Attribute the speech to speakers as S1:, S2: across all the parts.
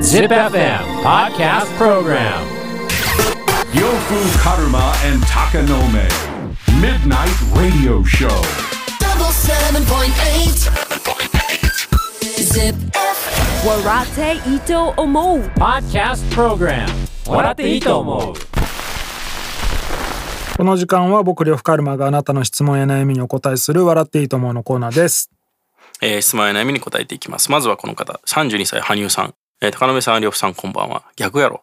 S1: Zip FM Podcast Program
S2: Yofu Karuma and Takanome. Midnight Radio Show.
S3: double seven point eight. Zip.
S4: Warate Ito Omo
S1: Podcast Program 笑っていいと思う
S5: この時間は僕呂布カルマがあなたの質問や悩みにお答えする笑っていいと思うのコーナーです。
S6: えー質問や悩みに答えていきます。まずはこの方、32歳、羽生さん。えー、高野目さん、両夫さん、こんばんは。逆やろ。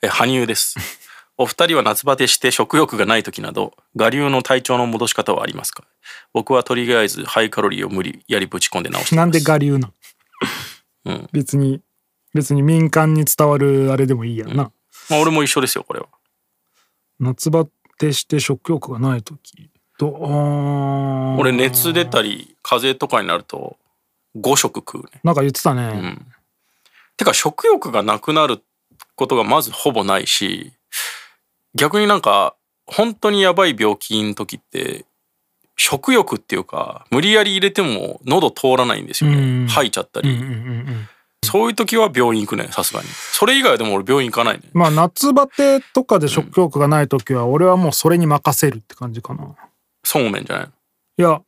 S6: えー羽生です。 お二人は夏バテして食欲がない時など、我流の体調の戻し方はありますか僕はとりあえずハイカロリーを無理やりぶち込んで直していま
S5: な
S6: す。
S5: んで我流なん、
S6: うん
S5: 別に別に民間に伝わるあれでもいいやんな。
S6: まあ俺も一緒ですよ、これは。
S5: 夏バテして食欲がない時とあー
S6: 俺熱出たり、風邪とかになると、5食食うね。
S5: なんか言ってたね。
S6: てか食欲がなくなることがまずほぼないし逆になんか本当にやばい病気の時って食欲っていうか無理やり入れても喉通らないんですよ
S5: うん
S6: ね吐いちゃったり、
S5: うんうんうんうん
S6: そういう時は病院行くねさすがにそれ以外はでも俺病院行かないね
S5: まあ夏バテとかで食欲がない時は俺はもうそれに任せるって感じかな。
S6: そうめんじゃないの
S5: いや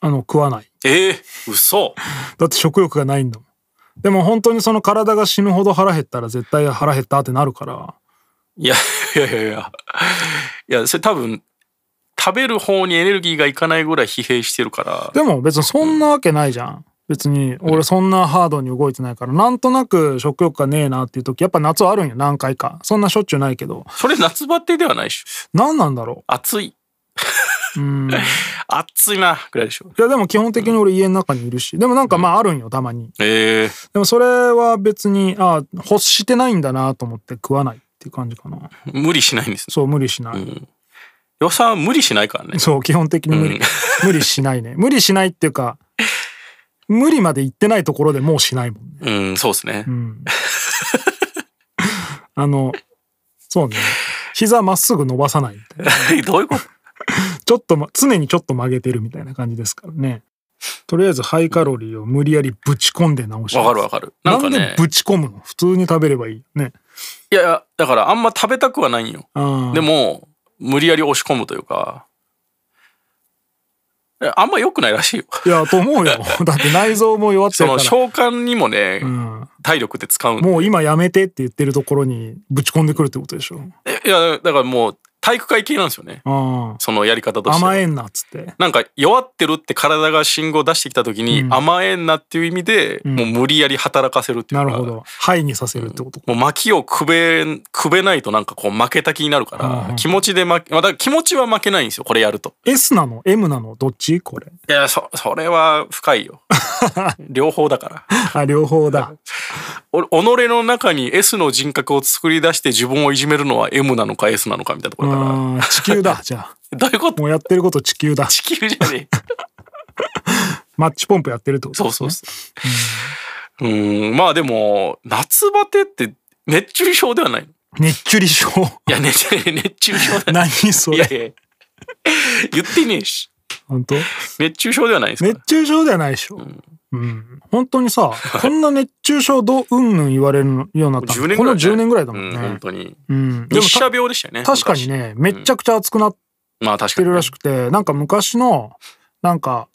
S5: あの食わない。
S6: ええ嘘
S5: だって食欲がないんだもん。でも本当にその体が死ぬほど腹減ったら絶対腹減ったってなるから。
S6: いやいやいやいやいやそれ多分食べる方にエネルギーがいかないぐらい疲弊してるから
S5: でも別にそんなわけないじゃん。別に俺そんなハードに動いてないから、なんとなく食欲がねえなっていう時、やっぱ夏はあるんよ、何回か。そんなしょっちゅうないけど。
S6: それ夏バテではないでしょ
S5: 何なんだろ。
S6: 暑いう
S5: うん。い
S6: 暑いなぐらいでしょ
S5: やでも基本的に俺家の中にいるし。でもなんかまああるんよ、たまに。
S6: ええ
S5: でもそれは別に、ああ、欲してないんだなと思って食わないっていう感じかな。
S6: 無理しないんですね。
S5: そう、無理しない。
S6: 予算は無理しないからね。
S5: そう、基本的に無理。 無理しないね。無理しないっていうか、無理まで行ってないところでもうしないもんね。
S6: うん、そうですね
S5: う。 ん。あの、そうね。膝まっすぐ伸ばさないみたいな。
S6: どういうこと
S5: ちょっとま、常にちょっと曲げてるみたいな感じですからね。とりあえずハイカロリーを無理やりぶち込んで直し
S6: わ
S5: ます
S6: かるわかる。なん
S5: な
S6: か
S5: ん
S6: ね
S5: で、ぶち込むの普通に食べればいい。ね。
S6: いやいや、だからあんま食べたくはないんよ。
S5: あー
S6: でも、無理やり押し込むというか、えあんま良くない らしいよ。
S5: いや、と思うよ。だって内臓も弱って
S6: そ
S5: るか
S6: の
S5: ら。
S6: 召喚にもね、
S5: うん
S6: 体力って使うんで
S5: もう今やめてって言ってるところにぶち込んでくるってことでしょ。
S6: えいや、だからもう体育会系なんですよね。
S5: ああ。
S6: そのやり方としては。
S5: 甘えんなっつって。
S6: なんか弱ってるって体が信号出してきた時に
S5: うん
S6: 甘えんなっていう意味で、
S5: ん
S6: もう無理やり働かせるってい
S5: な
S6: うか
S5: るほど。はいにさせるってことか。
S6: もう薪をくべん、くべないとなんかこう負けた気になるか
S5: うんう
S6: ら
S5: ん、
S6: 気持ちで負け、まあだから気持ちは負けないんですよ、これやると。
S5: S なの ?M なのどっちこれ。
S6: いや、そ、それは深 いよ。両方だから。
S5: あ、両方だ。
S6: 俺、己の中に S の人格を作り出して自分をいじめるのは M なのか S なのかみたいなと
S5: う
S6: ころだか
S5: ん、地球 だ。じゃあ。
S6: ら。どういうこと
S5: もうやってること地球だ。
S6: 地球じゃね え。
S5: マッチポンプやってるってこと
S6: そ
S5: で
S6: う
S5: す
S6: そ
S5: ね、
S6: うそう。うん、まあでも、夏バテって熱中症ではない。い
S5: 熱中 症。
S6: や、熱熱中症だよ。
S5: 何そ
S6: いやい
S5: れ。
S6: やいや言ってねえし。
S5: 本当
S6: 熱中症ではないですから
S5: 熱中症ではないでしょ。うん。本当にさ、こんな熱中症どううんぬん言われるようになった
S6: 10
S5: の
S6: 年
S5: こ
S6: ぐら
S5: の
S6: い、ね、
S5: 10年ぐらいだもん
S6: う本
S5: ね。
S6: 当に
S5: うん。でも
S6: 日射病でしたよね
S5: 確かにね、めっちゃくちゃ暑くなっ
S6: 昔まあ確
S5: って
S6: かに
S5: る
S6: ね、
S5: らしくて、なんか昔の、なんか、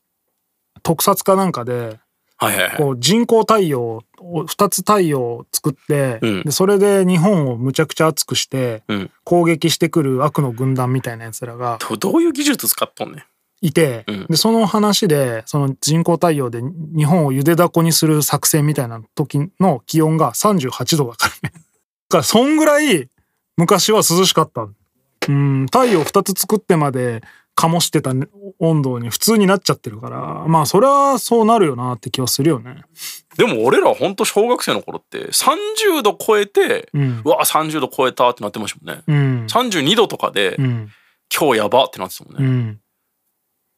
S5: 特撮かなんかで、
S6: はいはいはい
S5: こう人工太陽を、2つ太陽を作って、
S6: うん
S5: でそれで日本をむちゃくちゃ熱くして、
S6: うん
S5: 攻撃してくる悪の軍団みたいなやつらが
S6: どどういう技術使っとんねん
S5: いて、
S6: うん
S5: でその話でその人工太陽で日本をゆでだこにする作戦みたいな時の気温が38度だからね。 だからそんぐらい昔は涼しかった。うん太陽2つ作ってまで醸してたね温度に普通になっちゃってるからまあそれはそうなるよなって気はするよね。
S6: でも俺らほんと小学生の頃って30度超えて、う
S5: うん
S6: わ30度超えたってなってましたもんね、
S5: うん
S6: 32度とかで、
S5: うん
S6: 今日やばってなってたもんね、
S5: うん、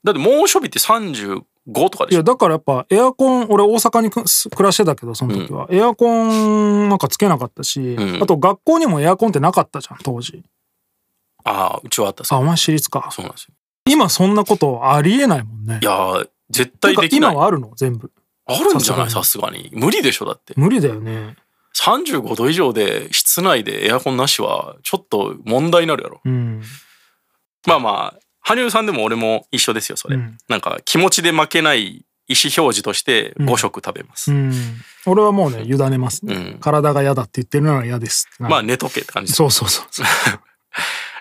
S6: だって猛暑日って35とかで
S5: い
S6: し
S5: や
S6: ょ
S5: だからやっぱエアコン俺大阪にくす暮らしてたけどその時は、エアコンなんかつけなかったし、
S6: うん
S5: あと学校にもエアコンってなかったじゃん当時。
S6: ああうちはあった
S5: あ、
S6: さ
S5: お前私立か。
S6: そうなんですよ
S5: 今そんなことありえないもんね。
S6: いやー絶対
S5: てか
S6: できない
S5: 今はあるの全部。
S6: あるんじゃない
S5: さ
S6: さすがに。無理でしょ、だって。
S5: 無理だよね。
S6: 35度以上で室内でエアコンなしは、ちょっと問題になるやろ。
S5: うん。
S6: まあまあ、羽生さんでも俺も一緒ですよ、それ。
S5: うん
S6: なんか、気持ちで負けない意思表示として5食食べます。
S5: うん。俺はもうね、委ねますね。
S6: うん
S5: 体が嫌だって言ってるなら嫌ですってなる
S6: まあ、寝とけって感じです
S5: そうそうそうそう。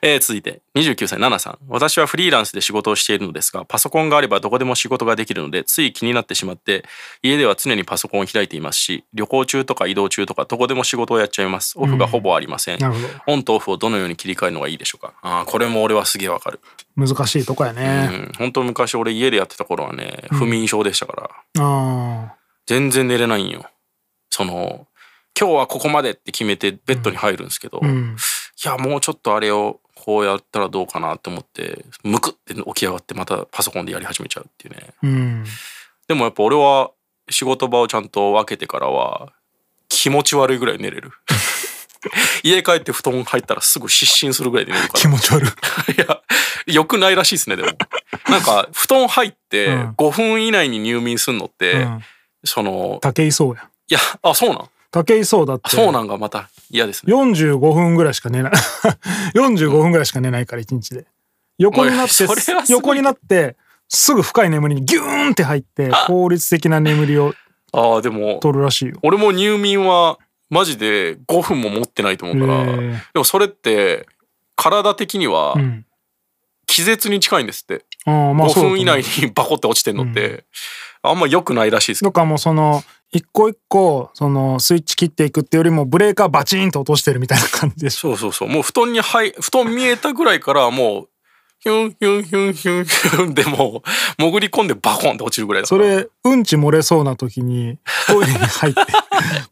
S6: えー続いて29歳ナナさん私はフリーランスで仕事をしているのですがパソコンがあればどこでも仕事ができるのでつい気になってしまって家では常にパソコンを開いていますし旅行中とか移動中とかどこでも仕事をやっちゃいますオフがほぼありません、
S5: なるほど
S6: オンとオフをどのように切り替えるのがいいでしょうかあーこれも俺はすげえわかる、
S5: 難しいとこや
S6: う
S5: ね。
S6: ん、本当昔俺家でやってた頃はね不眠症でしたから、
S5: あ
S6: 全然寝れないんよその今日はここまでって決めてベッドに入るんですけど、
S5: あ。うん。
S6: いやもうちょっとあれをこうやったらどうかなと思ってむくって起き上がってまたパソコンでやり始めちゃうっていうね
S5: うん。
S6: でもやっぱ俺は仕事場をちゃんと分けてからは気持ち悪いぐらい寝れる 家帰って布団入ったらすぐ失神するぐらいで寝るか
S5: 気持ち悪い。
S6: らいやよくないらしいですねでもなんか布団入って
S5: うん
S6: 5分以内に入眠すんのって、
S5: うん。
S6: その
S5: 竹井壮や。
S6: いやあそうなん
S5: 竹井壮だっ
S6: あ
S5: て。
S6: そうなんがまた嫌ですね
S5: 45分ぐらいしか寝ない 45分ぐらいしか寝ないから1日で横になって
S6: おいそれはすごい
S5: 横になってすぐ深い眠りにギューンって入って効率的な眠りを
S6: あーでも
S5: 取るらしいよ
S6: 俺も入眠はマジで5分も持ってないと思うから、
S5: へー
S6: でもそれって体的には
S5: うん
S6: 気絶に近いんですって、
S5: あーまあ
S6: 5
S5: そうだと思
S6: 分
S5: う
S6: 以内にバコって落ちてんのって、あんま良くないらしいです
S5: とかもうその一個一個そのスイッチ切っていくっていうよりもブレーカーバチンと落としてるみたいな感じで しょ
S6: そうそうそうもう布団に入布団見えたぐらいからもうヒュンヒュンヒュンヒュンヒュンでもう潜り込んでバコンって落ちるぐらいだか
S5: そ
S6: ら
S5: れうんち漏れそうな時にトイレに入って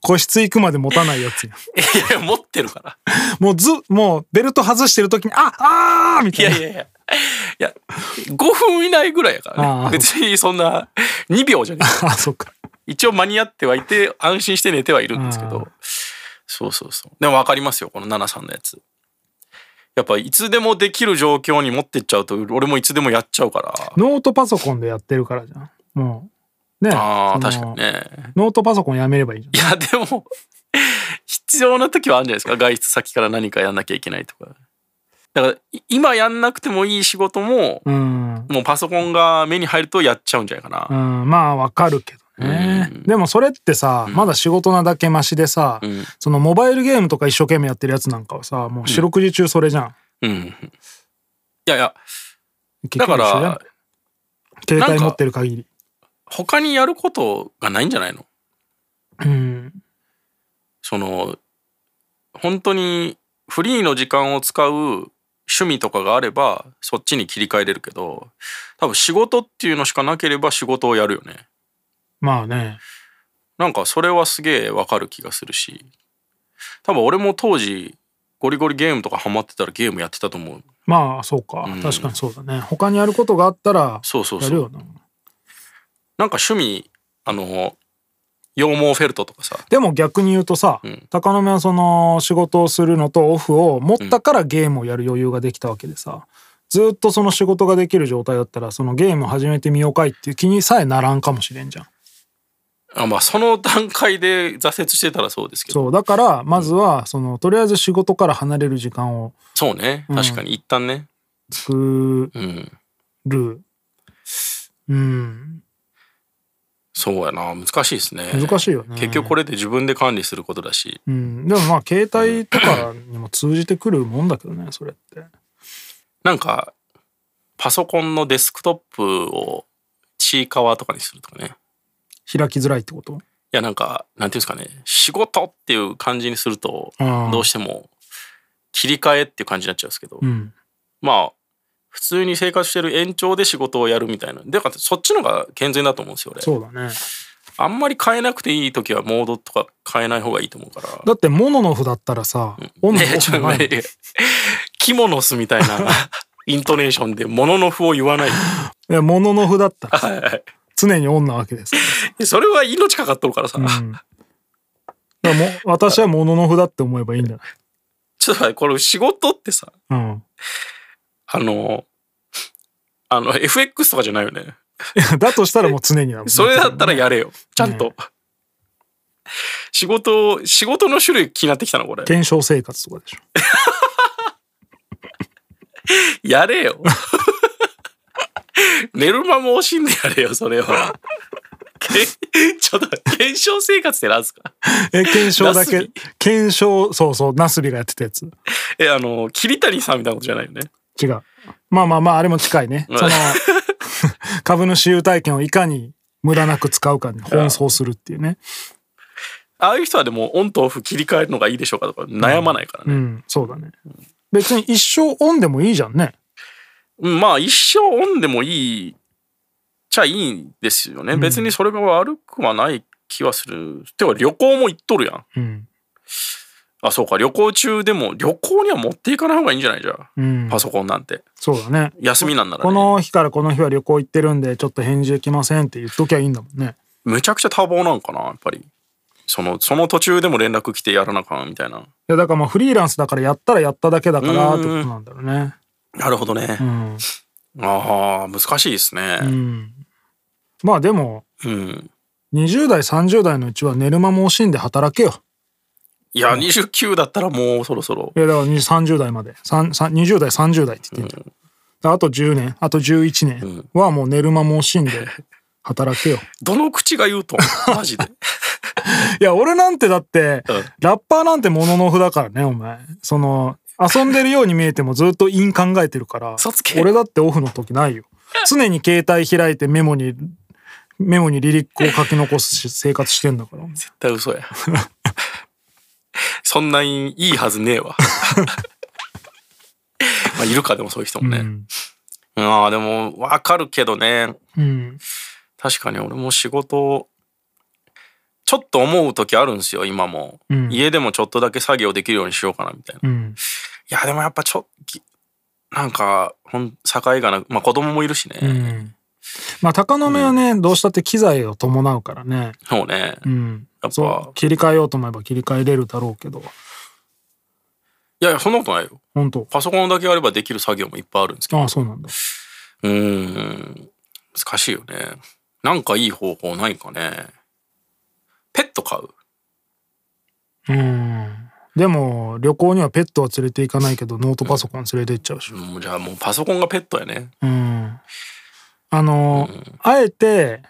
S5: 個室行くまで持たないやつや
S6: いやいや持ってるから
S5: もうずもうベルト外してる時にああーみ
S6: い
S5: たいな
S6: やいやいやいや5分以内ぐらいやから
S5: あ
S6: ね
S5: ー
S6: 別にそんな2秒じゃねえ
S5: あそっか
S6: 一応間に合ってはいて安心して寝てはいるんですけ
S5: うん
S6: どそうそうそうでも分かりますよこの奈々さんのやつやっぱいつでもできる状況に持ってっちゃうと俺もいつでもやっちゃうから
S5: ノートパソコンでやってるからじゃん。もう。ね
S6: あー
S5: そ
S6: 確か
S5: の
S6: にね
S5: ノートパソコンやめればいいじ
S6: いやでも 必要な時はあるんじゃないですか外出先から何かやんなきゃいけないとかだからい今やんなくてもいい仕事も
S5: ゃん。うん。
S6: もうパソコンが目に入るとやっちゃうんじゃないかな、
S5: うん、まあわかるけどね、でもそれってさ、まだ仕事なだけマシでさ、
S6: ん
S5: そのモバイルゲームとか一生懸命やってるやつなんかはさもう四六時中それじゃん、
S6: うんいやいや
S5: 結
S6: だ
S5: 局
S6: か
S5: 一緒じゃん
S6: ら
S5: 携
S6: なん
S5: 帯
S6: か
S5: 持ってる限り
S6: 他にやることがないんじゃないの
S5: うん
S6: その本当にフリーの時間を使う趣味とかがあればそっちに切り替えれるけど多分仕事っていうのしかなければ仕事をやるよね
S5: まあね
S6: なんかそれはすげえわかる気がするし多分俺も当時ゴリゴリゲームとかハマってたらゲームやってたと思う
S5: まあそうか、
S6: ん
S5: 確かにそうだね他にやることがあったら
S6: そうそう
S5: や
S6: そう
S5: るよな
S6: なんか趣味あの羊毛フェルトとかさ
S5: でも逆に言うとさ、
S6: ん
S5: 高野目はその仕事をするのとオフを持ったからゲームをやる余裕ができたわけでさ、ずっとその仕事ができる状態だったらそのゲーム始めてみようかいっていう気にさえならんかもしれんじゃん。
S6: あまあその段階で挫折してたらそうですけど
S5: そうだからまずはそのとりあえず仕事から離れる時間を
S6: そうね確かに一旦ね
S5: 作
S6: うん
S5: る。うん、
S6: そうやな難しいですね
S5: 難しいよね
S6: 結局これって自分で管理することだし
S5: うん、でもまあ携帯とかにも通じてくるもんだけどねそれって。
S6: なんかパソコンのデスクトップをちいかわとかにするとかね
S5: 開きづらいってこと
S6: いやなんかなんていうんですかね仕事っていう感じにすると
S5: あー
S6: どうしても切り替えっていう感じになっちゃうんですけど、
S5: うん
S6: まあ普通に生活してる延長で仕事をやるみたいなだからそっちのが健全だと思うんですよ俺
S5: そうだね。
S6: あんまり変えなくていい時はモードとか変えない方がいいと思うから
S5: だってモノノフだったらさ、オンの
S6: ね え
S5: オ
S6: ち
S5: フ
S6: ょっと
S5: がない
S6: 待
S5: も
S6: っ
S5: ん
S6: てキモノスみたいな イントネーションでモノノフを言わない
S5: いや、モノノフだったら
S6: はいは
S5: 常にオンなわけ です。
S6: いそれは命かかっとるからさ、
S5: うん。だからもう私はモノノフだって思えばいいんじゃない
S6: ちょっと待ってこれ仕事ってさ
S5: うん。
S6: あのあの FX とかじゃないよね
S5: だとしたらもう常になの
S6: それだったらやれよ。ちゃんと。仕事を、仕事の種類気になってきたの、これ。
S5: 検証生活とかでし ょ。
S6: やれよ。寝る間も惜しんでやれよ、それは。けちょっと、検証生活ってなんですか
S5: え、検証だ
S6: ナス
S5: け
S6: ビ。
S5: 検証、そうそう、ナスビがやってたやつ。
S6: え、あの、桐谷さんみたいなことじゃないよね。
S5: 違う。まあまあまあ、あれも近いね。その、 株主優待券をいかに無駄なく使うか に奔走するっていうね。
S6: ああいう人はでもオンとオフ切り替えるのがいいでしょうかとか悩まないから
S5: う
S6: ね。
S5: ん、そうだね。別に一生オンでもいいじゃんね。
S6: うんまあ一生オンでもいいちゃいいんですよね。別にそれが悪くはない気はする。てか旅行も行っとるやん。
S5: うん。
S6: あ、そうか。旅行中でも旅行には持っていかない方がいいんじゃないじゃあ。
S5: うん
S6: パ。ソコンなんて。
S5: そうだね。
S6: 休みなんなら、ね。
S5: この日からこの日は旅行行ってるんで、ちょっと返事できませんって言っときゃいいんだもんね。
S6: むちゃくちゃ多忙なんかな、やっぱり。その、その途中でも連絡来てやらなあかんみたいな。
S5: いやだからまあフリーランスだからやったらやっただけだからってことなんだろうね。
S6: なるほどね。
S5: うん。
S6: ああ、難しいですね。
S5: うん。まあでも、
S6: うん
S5: 20代、30代のうちは寝る間も惜しんで働けよ。
S6: いや、29だったらもうそろそろ
S5: い。やだから20 30代まで。三三20代、30代って言ってんじゃん。だからあと10年、あと11年はもう寝る間も惜しんで働けよ。
S6: どの口が言うとマジで。
S5: いや、俺なんてだって
S6: うん、
S5: ラッパーなんて物の札からね、お前。その、遊んでるように見えてもずっと陰考えてるから
S6: 嘘つ、け
S5: 俺だってオフの時ないよ。常に携帯開いてメモに、メモにリリックを書き残すし生活してんだから。
S6: 絶対嘘や。そんなにいいはずね えわ。まあ、いるか、でもそういう人もね。
S5: うん
S6: ああ、でも、わかるけどね。
S5: うん。
S6: 確かに俺も仕事、ちょっと思う時あるんですよ、今も。
S5: うん
S6: 家でもちょっとだけ作業できるようにしようかな、みたいな。
S5: うん。
S6: いや、でもやっぱちょ、きなんか、ほん、境がなく、まあ子供もいるしね。
S5: うん。まあ、鷹の目はね、どうしたって機材を伴うからね。
S6: そうね。
S5: うん。
S6: やっ
S5: そ
S6: ぱ
S5: う。、切り替えようと思えば切り替えれるだろうけど。
S6: いやいや、そんなことないよ。
S5: 本当
S6: パソコンだけあればできる作業もいっぱいあるんですけど。
S5: ああ、そうなんだ。
S6: うーん。難しいよね。なんかいい方法ないかね。ペット飼う
S5: うん。でも、旅行にはペットは連れて行かないけど、ノートパソコン連れて行っちゃうし。
S6: もうじゃあもうパソコンがペットやね。
S5: うん。あの、あえて、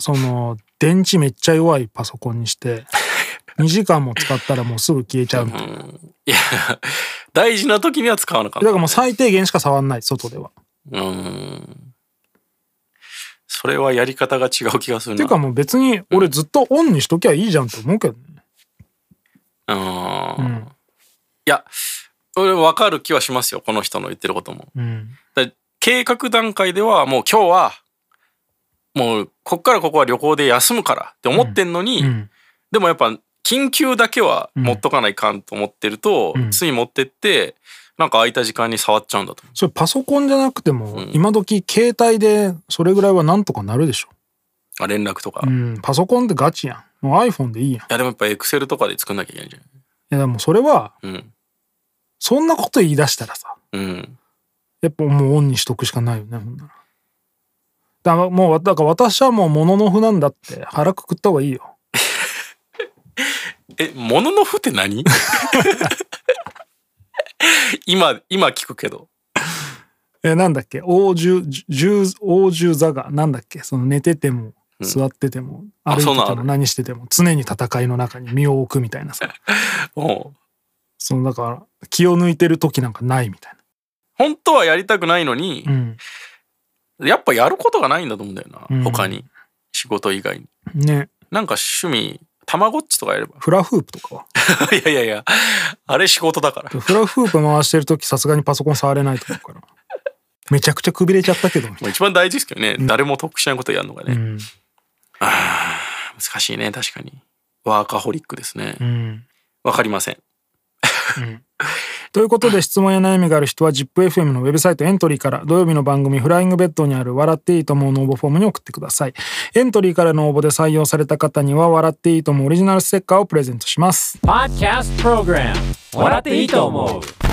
S5: その、電池めっちゃ弱いパソコンにして、2時間も使ったらもうすぐ消えちゃうみたいな。
S6: いや、大事な時には使わなかっ
S5: だ
S6: た。
S5: からもう最低限しか触んない、外では。
S6: うーん。それはやり方が違う気がする
S5: って
S6: な。
S5: いうかもう別に俺ずっとオンにしときゃいいじゃんと思うけどね。
S6: うーん。いや、俺分かる気はしますよ。この人の言ってることも。
S5: うん。
S6: だ計画段階ではもう今日はもうこっからここは旅行で休むからって思ってんのに、
S5: うん。
S6: でもやっぱ緊急だけは持っとかないかんと思ってると、
S5: うん
S6: つい持ってってなんか空いた時間に触っちゃうんだと思
S5: それパソコンじゃなくても、今時携帯でそれぐらいはなんとかなるでしょ。
S6: うあ連絡とか、
S5: う
S6: い
S5: ん。パソコンってガチやん。もう iPhone でいいやん。い
S6: やでもやっぱエクセルとかで作んなきゃいけないじ
S5: やでもそれは、
S6: ゃんうん
S5: そんなこと言い出したらさ、
S6: うん
S5: やっぱもうオンにしとくしかないよね、ほんなら。だからもうわ、だから私はもう物の負なんだって腹くくった方がいいよ。
S6: えもののふって何 今今聞くけど
S5: え、なんだっけ王獣、獣、王獣座が、なんだっけその寝てても、座ってても、
S6: あ
S5: 歩いて
S6: そ
S5: て
S6: んなんあ
S5: も
S6: る
S5: 何してても、常に戦いの中に身を置くみたいな さ。
S6: もう
S5: そのだから気を抜いてる時なんかないみたい
S6: 本当はやりたくないのに、
S5: な。うん。
S6: やっぱやることがないんだと思うんだよな、
S5: うん
S6: 他に仕事以外に
S5: ね。
S6: なんか趣味たまごっちとかやれば
S5: フラフープとかは。
S6: いやいやいやあれ仕事だから
S5: フラフープ回してる時さすがにパソコン触れないと思うから。めちゃくちゃくびれちゃったけどみたい
S6: まあ一番大事ですけどね、誰も得しないことやるのがね、
S5: な。うん。
S6: 難しいね確かにワーカホリックですね
S5: うん。
S6: わ、かりません
S5: ということで質問や悩みがある人は ZIPFM のウェブサイトエントリーから土曜日の番組「フライングベッド」にある「笑っていいと思う」の応募フォームに送ってくださいエントリーからの応募で採用された方には「笑っていいと思う」オリジナルステッカーをプレゼントします
S1: Podcast Program 笑っていいと思う